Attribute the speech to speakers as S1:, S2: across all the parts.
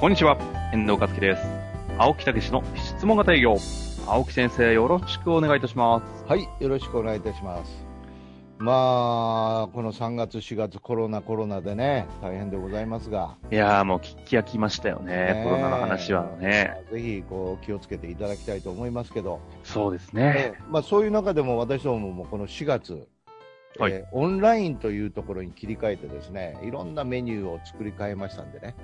S1: こんにちは、遠藤和樹です。青木武の質問型営業。青木先生、よろしくお願いいたします。
S2: はい、よろしくお願いいたします。まあ、この3月、4月、コロナ、コロナでね、大変でございますが、
S1: いやー、もう聞き飽きましたよね
S2: ね、え
S1: コロナの話はね。
S2: ぜひこう気をつけていただきたいと思いますけど、
S1: そうですね。
S2: まあ、そういう中でも私どももこの4月、
S1: はい
S2: えーオンラインというところに切り替えてですね、いろんなメニューを作り変えましたんでね、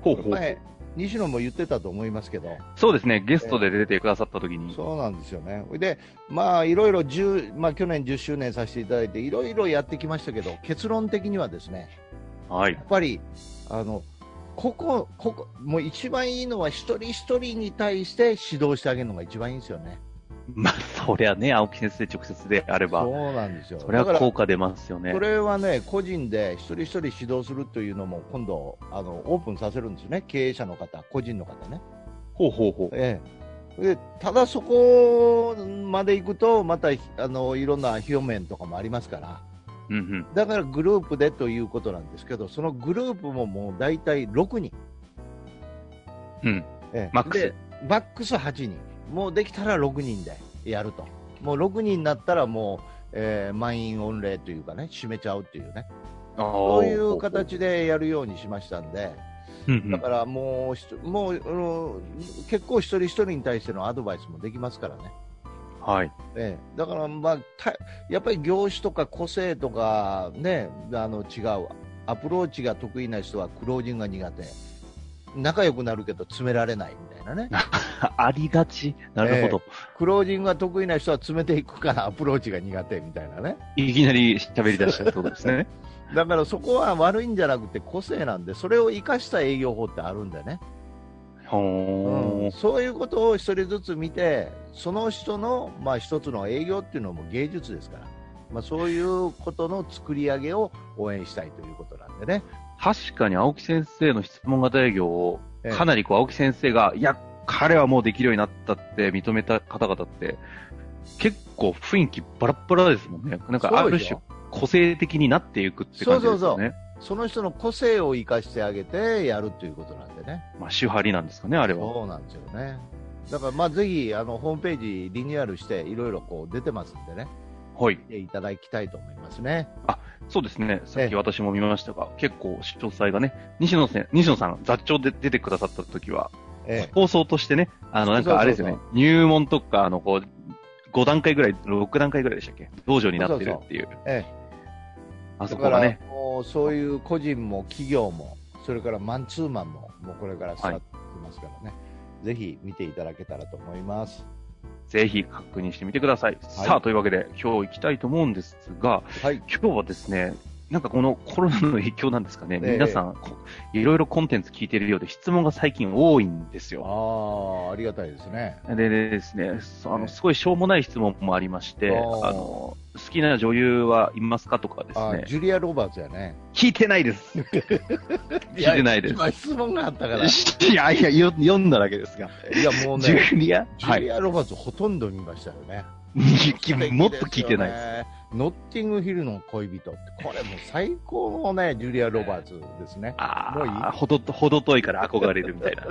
S1: ほうほう。
S2: 前、西野も言ってたと思いますけど、
S1: そうですね、ゲストで出てくださった時に。
S2: そうなんですよね。で、まあ、いろいろ10、まあ、去年10周年させていただいて、いろいろやってきましたけど、結論的にはですね、
S1: はい
S2: や。っぱりあのここここもう一番いいのは一人一人に対して指導してあげるのが一番いいんですよね。
S1: まあ、そりゃね、青木先生直接であれば
S2: そ、うなんですよ。
S1: そりゃ
S2: だから
S1: 効果出ますよね
S2: こ。れはね個人で一人一人指導するというのも今度あのオープンさせるんですね経営者の方個人の方ね。
S1: ほうほうほう。
S2: ええ、でただそこまで行くとまたあのいろんな表面とかもありますから。
S1: うんうん。
S2: だからグループでということなんですけど、そのグループももう大体6人。
S1: うん
S2: ええ
S1: マックス
S2: でマックス8人。もうできたら6人でやると。もう6人になったらもう、えー満員御礼というかね、締めちゃうっていうね。
S1: そ
S2: そういう。形でやるようにしましたんで、
S1: うんう
S2: だ
S1: ん。
S2: からもうひと、もう、あの結構一人一人に対してのアドバイスもできますからね。
S1: はい。
S2: ええ、だから、まあ、たやっぱり業種とか個性とか、ね、あの違うアプローチが得意な人はクロージングが苦手仲良くなるけど詰められないみたいなね
S1: ありがち。なるほど。
S2: クロージングが得意な人は詰めていくからアプローチが苦手みたいなね
S1: いきなり喋り出したってことです ね。
S2: だからそこは悪いんじゃなくて個性なんでそれを生かした営業法ってあるんだよね、
S1: ほ
S2: う
S1: ー
S2: ん、そういうことを一人ずつ見てその人の、まあ、一つの営業っていうのも芸術ですから、まあ、そういうことの作り上げを応援したいということなんでね。
S1: 確かに青木先生の質問型営業を、
S2: ええ
S1: かなりこう青木先生が、いや、彼はもうできるようになったって認めた方々って、結構雰囲気バラッバラですもんね。なんかあ
S2: そう
S1: る
S2: でし
S1: 種
S2: ょ
S1: 個性的になっていくって感じですよね。
S2: そうそうそその人の個性を生かしてあげてやるということなんでね。
S1: まあ、手張りなんですかね、あれは。
S2: そうなんですよね。だからまあぜひあのホームページリニューアルしていろいろこう出てますんでね、
S1: はい。
S2: 見ていただきたいと思いますね。
S1: そうですね。さっき私も見ましたが、結構詳細がね、西野先西野さん、雑長で出てくださった時は、
S2: ええ
S1: 放送としてね、あの、なんかあれですよね
S2: そうそ、
S1: 入門とか、あの、こう、5段階ぐらい、6段階ぐらいでしたっけ道場になってるっていう。
S2: え
S1: あそ
S2: だ
S1: こ
S2: か
S1: が
S2: ら
S1: ね、
S2: もうそういう個人も企業も、それからマンツーマンも、もうこれからスタートしますからね、ぜひ見ていただけたらと思います。
S1: ぜひ確認してみてください。さあ、というわけで、今日行きたいと思うんですが、
S2: はい、
S1: 今日はですね、なんかこのコロナの影響なんですかね、
S2: ええ
S1: 皆さん、こいろいろコンテンツ聞いているようで、質問が最近多いんですよ。
S2: ああ、ありがたいですね。
S1: でですね、そあ
S2: え
S1: の
S2: え
S1: すごいしょうもない質問もありまして、
S2: あー
S1: あの好きな女優はいますかとかです
S2: あー
S1: ね、
S2: ジュリア・ロバーツやね。
S1: 聞いてないです。聞いてないです。
S2: 今質問があったから。
S1: いやいや、よ読んだだけですが。
S2: いや、もう
S1: ジ
S2: ね、
S1: ュリア
S2: ジ
S1: は
S2: ュ
S1: い。
S2: リア・ロバーツほとんど見ましたよね。
S1: もっと聞いてないです。
S2: です。ノッティングヒルの恋人って、これもう最高のね、ジュリア・ロバーツですね。もういい
S1: ああ、ほど、ほど遠いから憧れるみたいな。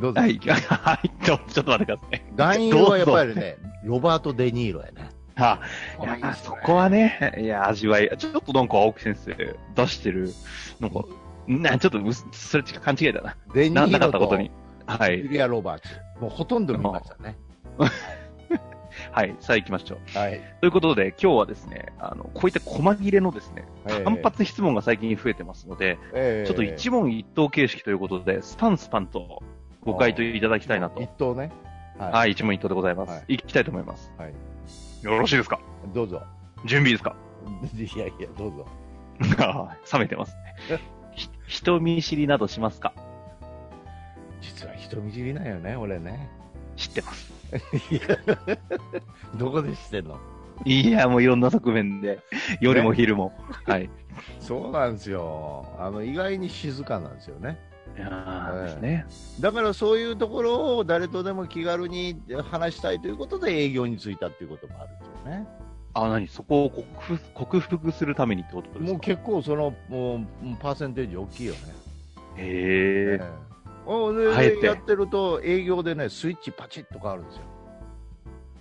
S2: どう ぞ。
S1: はい、 はい、ちょちょっと待ってください。
S2: 男優はやっぱりね、ロバート・デ・ニーロやね。
S1: あ
S2: これいい
S1: い
S2: で
S1: や、
S2: す
S1: そ
S2: ね
S1: こはね、いや、味わい。ちょっとなんか青木先生出してる、なんか、なちょっとうす、それ勘違いだな。
S2: デ・ニ
S1: なん
S2: ー
S1: なか
S2: ロ
S1: ったこと
S2: と
S1: に
S2: ジ。
S1: は
S2: ュ
S1: い。
S2: リア・ロバーツ。もうほとんど見ましたね。
S1: はい。さあ行きましょう。
S2: はい。
S1: ということで、今日はですね、あの、こういった細切れのですね、
S2: ええ
S1: 単発質問が最近増えてますので、
S2: ええ
S1: ちょっと一問一答形式ということで、スパンスパンとご回答いただきたいなと
S2: 一。等ね。。
S1: はいい、一問一答でございます。
S2: はい
S1: 行きたいと思います。
S2: はい
S1: よろしいですか
S2: どうぞ。
S1: 準備ですか
S2: いやいや、どうぞ。
S1: 冷めてますね。人見知りなどしますか
S2: 実は人見知りなんよね、俺ね。
S1: 知ってます。
S2: いやどこでしてんの
S1: いや、もういろんな側面で。夜も昼も。はい。
S2: そうなんですよ。あの、意外に静かなんですよね。
S1: いやーですね。
S2: だからそういうところを誰とでも気軽に話したいということで営業に就いたっていうこともあるんですよね。
S1: あ、何そこを克服克服するためにってことですか
S2: もう結構その、もう、もうパーセンテージ大きいよね。
S1: へえ。
S2: ええおで
S1: あえて
S2: やってると営業でね、スイッチパチッと変わるんですよ。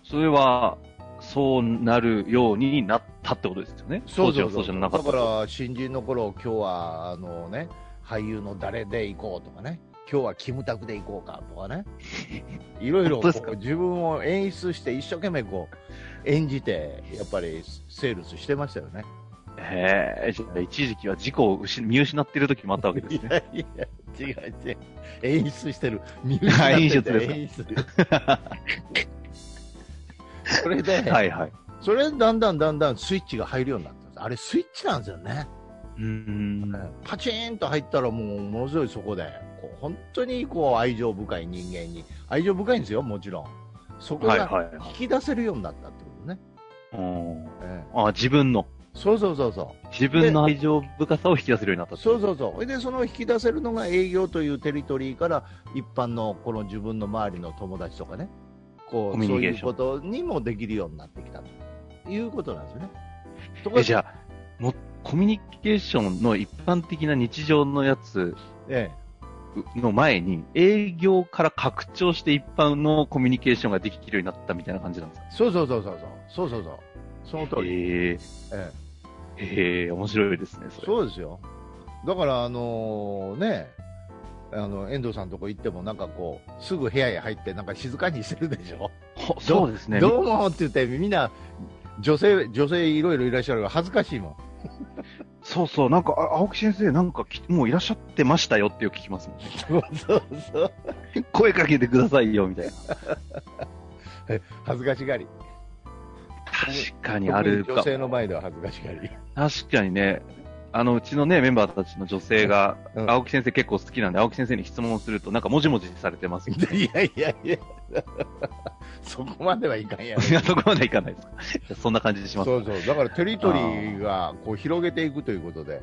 S1: それは、そうなるようになったってことですよね。当時はそうじゃなか
S2: だ
S1: っ
S2: か
S1: た。
S2: ら、新人の頃、今日は、あのね、俳優の誰で行こうとかね、今日はキムタクで行こうかとか ね、いろい
S1: 本
S2: ろこ
S1: 当ですか
S2: う自分を演出して、一生懸命こう、演じて、やっぱりセールスしてましたよね。
S1: へえ。じゃあ一時期は自己を失見失ってる時もあったわけ ですね。
S2: いやいや、違う違う。演出してる。
S1: あ
S2: 演
S1: 演出
S2: 出て
S1: ですか
S2: 演出。それで、
S1: はいはい。
S2: それでだんだんだんだんスイッチが入るようになったんです。あれスイッチなんですよね。
S1: うーん。
S2: パチーンと入ったらもうものすごいそこで、こう本当にこう愛情深い人間に、愛情深いんですよ、もちろん。そこ
S1: はい
S2: が
S1: はいはい。
S2: 引き出せるようになったってことね。
S1: うん
S2: ええ
S1: あ、自分の。
S2: そうそうそうそ
S1: 自分の愛情深さを引き出せるようになった
S2: う。
S1: って
S2: そ
S1: こと
S2: うそうそう。それで、その引き出せるのが営業というテリトリーから、一般のこの自分の周りの友達とかね、
S1: コ
S2: こう、
S1: ミュ
S2: そ
S1: ニ
S2: う
S1: ケー
S2: いう
S1: ション
S2: ことにもできるようになってきたということなんですね。ところ
S1: え
S2: が
S1: じゃあ、もうコミュニケーションの一般的な日常のやつ
S2: ええ
S1: の前に、営業から拡張して一般のコミュニケーションができるようになったみたいな感じなんですか
S2: そうそうそうそうそう。そうそうそう。その通り。
S1: へえ
S2: え
S1: へえ面白いですね、それ。
S2: そうですよ。だから、あのね、あの、遠藤さんとこ行ってもなんかこう、すぐ部屋へ入ってなんか静かにしてるでしょ。
S1: ほそうですね。
S2: どうもって言ってみんな、女性、女性いろいろいらっしゃるから恥ずかしい もん。
S1: そうそう、なんか、あ青木先生、なんかき、もういらっしゃってましたよってよく聞きますもんね。
S2: そうそうそう。
S1: 声かけてくださいよ、みたいな。
S2: 恥ずかしがり。
S1: 確かにあるか
S2: 特
S1: も
S2: に女性の前では恥ずかしがり。
S1: 確かにね、あの、うちのね、メンバーたちの女性が、
S2: うん
S1: 青木先生結構好きなんで、青木先生に質問すると、なんかもじもじされてますよね。
S2: いやいやいや。 そこまではいか んやろ。
S1: いや、そこまでいかないですか。そんな感じします。
S2: そうそう。だからテリトリーがこう広げていくということで。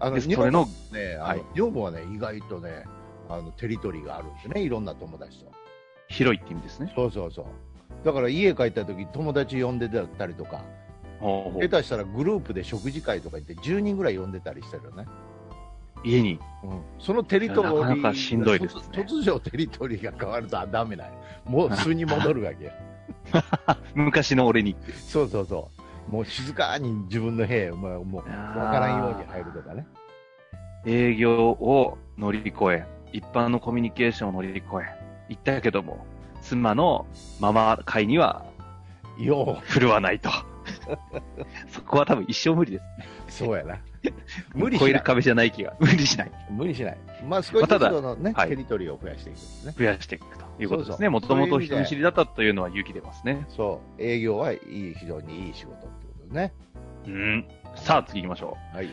S2: あ
S1: でそれの、
S2: ね、あの、
S1: はい
S2: 女房はね、意外とね、あの、テリトリーがあるんですね、いろんな友達と。
S1: 広いって意味ですね。
S2: そうそうそう。だから家帰った時友達呼んでたりとか、
S1: ほうほう
S2: 下手したらグループで食事会とか行って10人ぐらい呼んでたりしてるよね。
S1: 家に。
S2: うん、そのテリトリー
S1: なかなかしんどいですね
S2: 突突如テリトリーが変わるとはダメない。もう巣に戻るわ けよ。
S1: 昔の俺に。
S2: そうそうそう。もう静かに自分の部屋へ、まあ、もう、わからんように入るとかね。
S1: 営業を乗り越え、一般のコミュニケーションを乗り越え、言ったけども、妻のママ会には
S2: よ
S1: 振るわない と。そこは多分一生無理です。
S2: う、そう やな。無理
S1: 超
S2: し
S1: え
S2: な
S1: る
S2: い。
S1: 壁じゃない気が。無理しない。
S2: 無理しない。まあ少しずつ
S1: まあただ
S2: そのね、
S1: はい
S2: テリトリーを増やしていくんですね。
S1: 増やしていくということです
S2: そうそう
S1: ね。もともと人見
S2: そ
S1: 知
S2: う
S1: りだったというのは勇気出ますね。
S2: そう、営業はいい、非常にいい仕事ってことですね。
S1: うん。さあ、次行きましょ
S2: はい。
S1: う。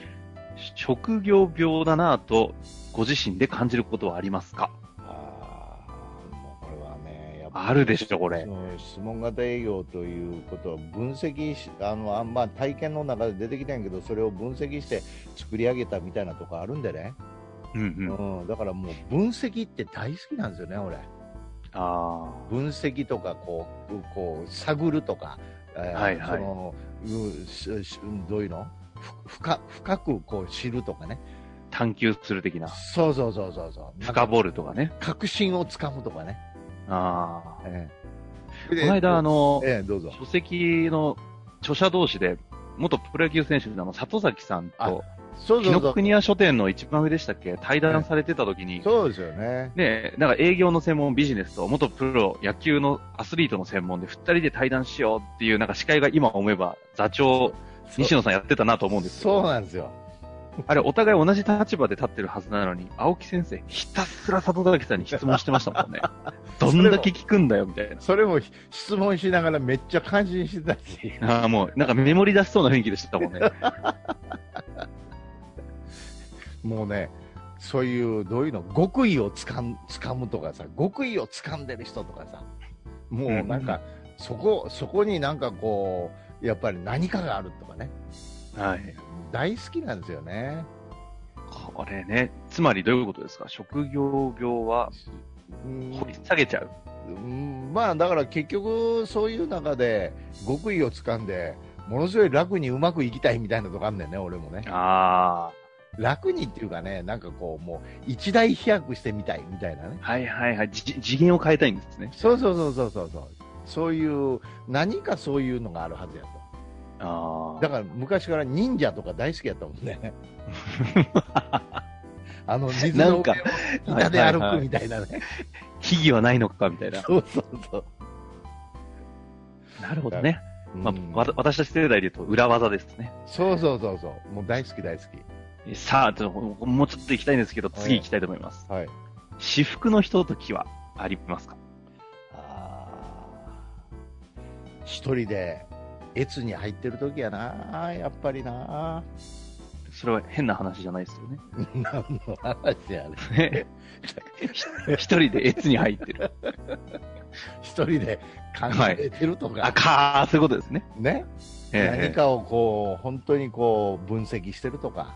S1: 職業病だなぁと、ご自身で感じることはありますか
S2: ああ、もうこれはね、やっ
S1: あるでしょ、これ
S2: そ。の質問型営業ということを分析し、あの、あんま体験の中で出てきたんやけど、それを分析して作り上げたみたいなとこあるんでね。
S1: うんうん。
S2: うん、だからもう分析って大好きなんですよね、俺。
S1: あ
S2: 分析とか、こう、こう、探るとか、えー
S1: はいはい
S2: その、うんししどういうのふ深深くこう知るとかね。
S1: あ。探求する的な。
S2: そうそうそうそうそう。
S1: 深掘るとかね。
S2: 確信をつかむとかね。
S1: ああ。
S2: え
S1: この間、あ、の、
S2: ええ、どうぞ。
S1: 書籍の著者同士で、元プロ野球選手のあの里崎さん
S2: あ
S1: と、
S2: そう
S1: 紀
S2: そうそ
S1: ノ
S2: う。
S1: 国屋書店の一番上でしたっけ対談されてた時に、
S2: そうですよね。
S1: ねえ、なんか営業の専門、ビジネスと元プロ野球のアスリートの専門で二人で対談しようっていうなんか司会が今思えば座長、西野さんやってたなと思うんですけ
S2: そう
S1: ど、
S2: なんですよ。
S1: あれお互い同じ立場で立ってるはずなのに、青木先生ひたすら里崎さんに質問してましたもん ね。どんだけ聞くんだよみたいな。
S2: それも質問しながらめっちゃ感心してたし。
S1: ああ、もうなんかメモり出しそうな雰囲気でしたもんね。
S2: もうね、そういう、どういうの、極意をつかん、つかむとかさ、極意をつかんでる人とかさ、もうなんか、そこ、そこになんかこう、やっぱり何かがあるとかね、
S1: はい。
S2: 大好きなんですよね。
S1: これね、つまりどういうことですか職業病は
S2: うん
S1: 掘り下げちゃう。
S2: うんまあだから結局そういう中で極意をつかんでものすごい楽にうまくいきたいみたいなとこあんだよね俺もね
S1: あ
S2: 楽にっていうかねなんかこうもう一大飛躍してみたいみたいなね
S1: あ、はいはいはい。じ次元を変えたいんですね。
S2: そうそうそうそうそうそうそういう何かそういうのがあるはずやと
S1: あ
S2: だから昔から忍者とか大好きやったもん ねあの水
S1: な
S2: の
S1: んか
S2: 上を板で歩
S1: はいはいは
S2: く
S1: い
S2: みたいなね、
S1: 秘技はないのかみたいな。
S2: そうそうそう、
S1: なるほどね。ま
S2: うん
S1: あ、わた私たち世代で言うと裏技ですね。
S2: そうそうそうそうもう大好き大好
S1: えさあ、ちょっともうちょっと行きたいんですけど、次行きたいと思います。
S2: きはい
S1: 私服のひとときはありますか
S2: あー一人で越に入ってる時やなやっぱりな
S1: それは変な話じゃないですよね。
S2: 何の話やね
S1: ね 一人で越に入ってる。
S2: 一人で考えてるとか、
S1: あかー、そういうことですね。
S2: ね、何
S1: え
S2: かをこう本当にこう分析してるとか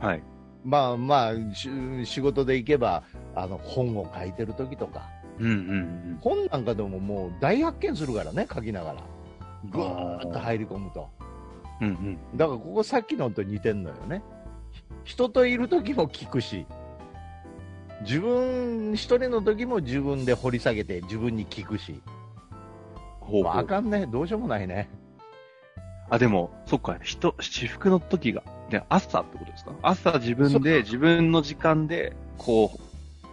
S1: えはい。
S2: まあまあし仕事で行けばあの本を書いてる時とか
S1: うんうん
S2: 本なんかでももう大発見するからね書きながら
S1: うん。
S2: ぐわーっと入り込むと
S1: うんうん。
S2: だからここさっきのと似てんのよね。ひ人といる時も聞くし、自分一人の時も自分で掘り下げて自分に聞くし、
S1: ほうほ
S2: わ
S1: う
S2: かんねどうしようもないね。
S1: あ、でも、そっか、人、私服の時が、で、朝ってことですか朝自分で、自分の時間で、こう、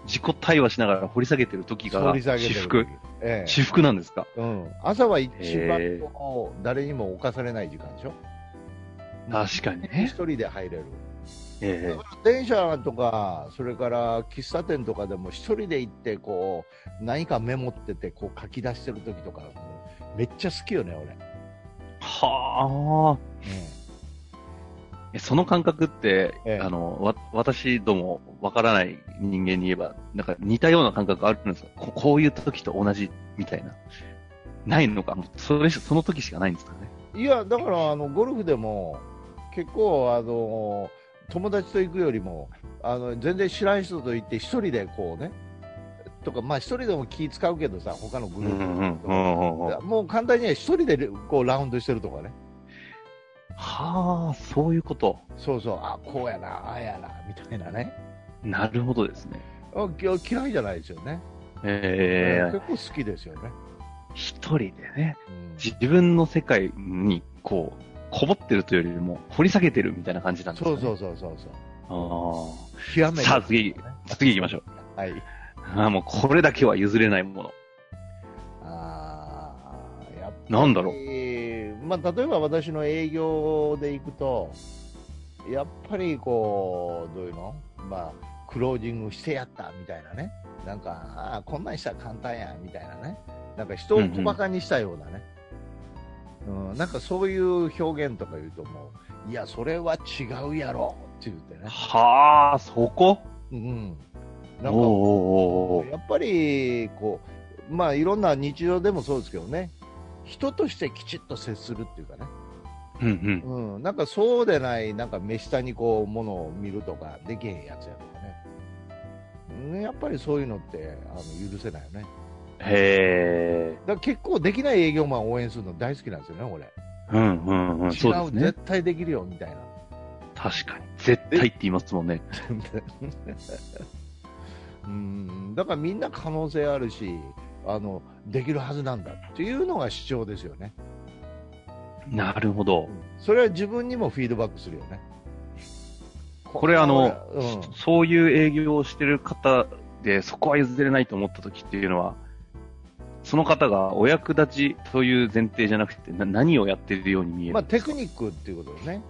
S1: 自己対話しながら掘り下げてる時が、
S2: 掘り下げて
S1: 私
S2: る時
S1: 服、
S2: ええ
S1: 私服なんですか
S2: うん、朝は一
S1: へ
S2: 番
S1: え
S2: こう誰にも侵されない時間でしょ。
S1: 確かに
S2: 一
S1: ね。
S2: 人で入れる。
S1: ええ
S2: 電車とか、それから喫茶店とかでも一人で行って、こう、何かメモってて、こう書き出してる時とか、もうめっちゃ好きよね、俺。
S1: はあ。えその感覚って、
S2: ええ
S1: あの、わ、私どもわからない人間に言えば、なんか似たような感覚あるんですかここういう時と同じみたいな。ないのかもうそれし、その時しかないんですかね。
S2: いや、だからあのゴルフでも結構あの友達と行くよりもあの全然知らん人と行って一人でこうねとかまあ一人でも気使うけどさ他のグループの人とか、
S1: は
S2: もう簡単には一人でこうラウンドしてるとかね
S1: あ、そういうこと。
S2: そうそうあこうやなああやなみたいなね
S1: なるほどですね。
S2: あき嫌いじゃないですよね、
S1: ええ
S2: 結構好きですよね、
S1: 一人でね、
S2: うん
S1: 自分の世界に、こう、こぼってるというよりも、掘り下げてるみたいな感じなんですか
S2: そ
S1: ね。
S2: うそううそうそうそう
S1: そ
S2: 極めて
S1: さあ次次行きましょう。
S2: はい
S1: ああ、もうこれだけは譲れないもの。
S2: あーやっぱり
S1: なんだろ
S2: まあ、例えば私の営業で行くと、やっぱりこう、どういうの、まあ、クロージングしてやったみたいなね、なんか、あーこんなんしたら簡単やみたいなね、なんか人を小馬鹿にしたようなね、うんなんかそういう表現とか言うと、もう、いや、それは違うやろって言ってね、
S1: はあ、そこ
S2: うん、
S1: お
S2: な
S1: ーお
S2: んか
S1: ーおー
S2: やっぱりこう、まあ、いろんな日常でもそうですけどね、人としてきちっと接するっていうかね、
S1: うんうん。
S2: うん、なんかそうでない、なんか目下にこう、ものを見るとか、できへんやつやとかね、うんやっぱりそういうのってあの許せないよね、
S1: へえ。
S2: だから結構できない営業マンを応援するの大好きなんですよね、俺、
S1: うんうんうん。そうで
S2: 違
S1: す
S2: う、
S1: ね
S2: 絶。対できるよみたいな。
S1: 確かに。絶対って言いますもんね。
S2: うんだからみんな可能性あるしあのできるはずなんだっていうのが主張ですよね
S1: なるほど。
S2: それは自分にもフィードバックするよね。こ
S1: これあの、
S2: うん
S1: そういう営業をしてる方で、そこは譲れないと思った時っていうのは、その方がお役立ちという前提じゃなくて、な何をやってるように見える。
S2: まあ、テクニックっていうことですね、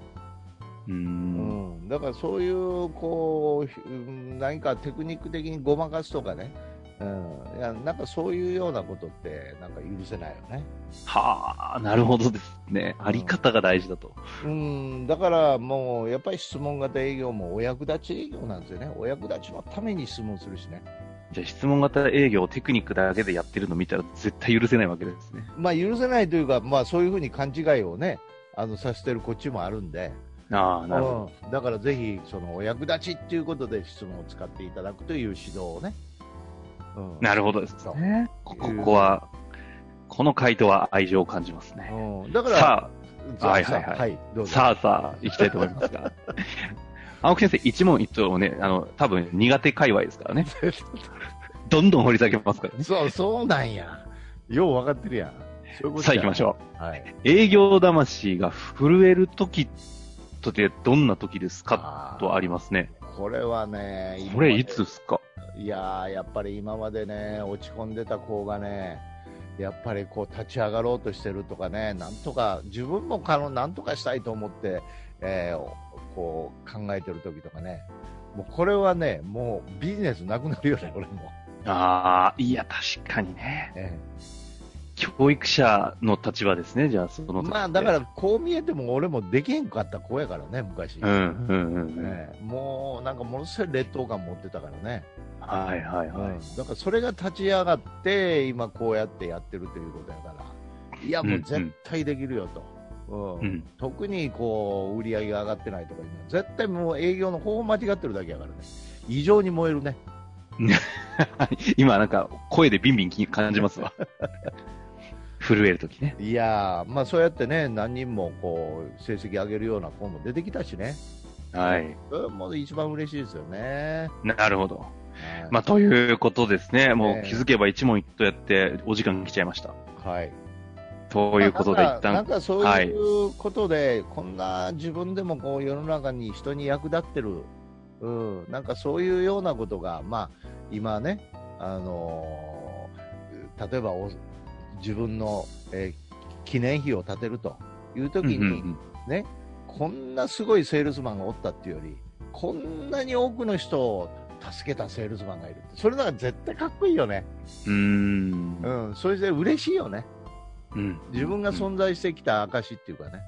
S1: うー。
S2: うんんだからそういうこう、ひうん何かテクニック的にごまかすとかね、うん、いやなんかそういうようなことってなんか許せないよね。
S1: はあ、なるほどですね。あり方が大事だと。
S2: うん、だからもうやっぱり質問型営業もお役立ち営業なんですよね。お役立ちのために質問するしね。
S1: じゃあ質問型営業をテクニックだけでやってるの見たら絶対許せないわけですね。
S2: まあ許せないというか、まあそういうふうに勘違いをね、あのさせてるこっちもあるんで、
S1: ああ、なるほど。
S2: うん、だからぜひそのお役立ちっていうことで質問を使っていただくという指導をね。うん
S1: なるほどですね。こここは、この回答は愛情を感じますね。
S2: うん、だから、
S1: さ
S2: じゃあ
S1: はいはいはい
S2: さはい、どう
S1: あ、
S2: ぞ。
S1: さあさあ、行きたいと思います が。青木先生、一問一答をね、あの、多分苦手界隈ですからね。どんどん掘り下げますからね。
S2: そう、そうなんや。よう分かってるやん。そういうこと
S1: さあ行きまし
S2: ょ
S1: ょ
S2: う。はい。
S1: う。営業魂が震える時とてどんな時ですか
S2: あ
S1: とありますね。
S2: ーこれはね、
S1: これいつですか
S2: いやー、やっぱり今までね、落ち込んでた子がね、やっぱりこう立ち上がろうとしてるとかね、なんとか、自分も可能、なんとかしたいと思って、えーこう考えてる時とかね、もうこれはね、もうビジネスなくなるよね、 俺も。
S1: ああ、いや、確かにね。
S2: え
S1: 教育者の立場ですね、じゃあ、そ
S2: え
S1: の時って
S2: まあだから、こう見えても俺もできへんかった子やからね、昔。
S1: うん、うん、うん。
S2: ええもうなんかものすごい劣等感持ってたからね、
S1: はい、はい、はい。
S2: だからそれが立ち上がって、今こうやってやってるということやから、いや、もう絶対できるよと。うん
S1: うん。
S2: 特にこう売り上げが上がってないとかいうのは絶対もう営業の方法間違ってるだけやからね異常に燃えるね
S1: 今なんか声でビンビンき感じ ますわ。震えるときね。
S2: いやーまあそうやってね何人もこう成績上げるような子も出てきたしね
S1: はい。
S2: それはもう一番嬉しいですよね、
S1: なるほど。
S2: はい
S1: まあ、ということですね。も
S2: ね
S1: う気づけば一問一答やってお時間来ちゃいました。
S2: はい
S1: ということで
S2: まあ
S1: 一
S2: なんか
S1: 旦、
S2: なんかそういうことで、こんな自分でもこう世の中に人に役立ってる、うん、なんかそういうようなことが、まあ、今ね、あのー例えばお自分の、えー記念碑を建てるという時
S1: うんう
S2: に、
S1: んうん
S2: こんなすごいセールスマンがおったっていうよりこんなに多くの人を助けたセールスマンがいるってそれなら絶対かっこいいよね、
S1: うーん。
S2: うん、それで嬉しいよね
S1: うん
S2: 自分が存在してきた証っていうかね、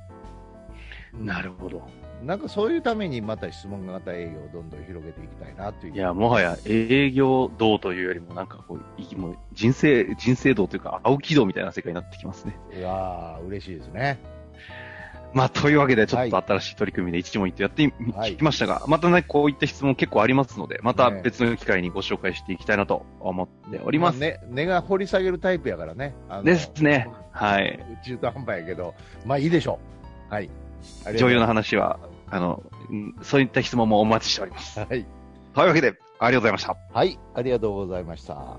S1: うんなるほど。
S2: なんかそういうためにまた質問型営業をどんどん広げていきたいなという。
S1: いや、もはや営業道というよりもなんかこう、いもう人生、人生道というか、青木道みたいな世界になってきますね。
S2: うわー嬉しいですね。
S1: まあ、というわけで、ちょっと新しい取り組みで一問一答やってみ
S2: はい
S1: きましたが、またね、こういった質問結構ありますので、また
S2: ね
S1: 別の機会にご紹介していきたいなと思っております。
S2: あね、根が掘り下げるタイプやからね。あの
S1: ですね。はい。
S2: 中途半端やけど、まあいいでしょう。はい。ありがとう
S1: 重要な話は、あの、うんそういった質問もお待ちしております。
S2: はい。
S1: というわけで、ありがとうございました。
S2: はい、ありがとうございました。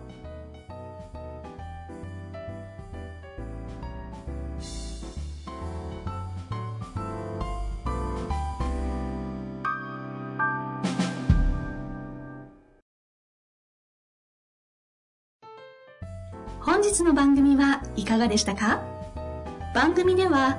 S3: 本日の番組はいかがでしたか番組では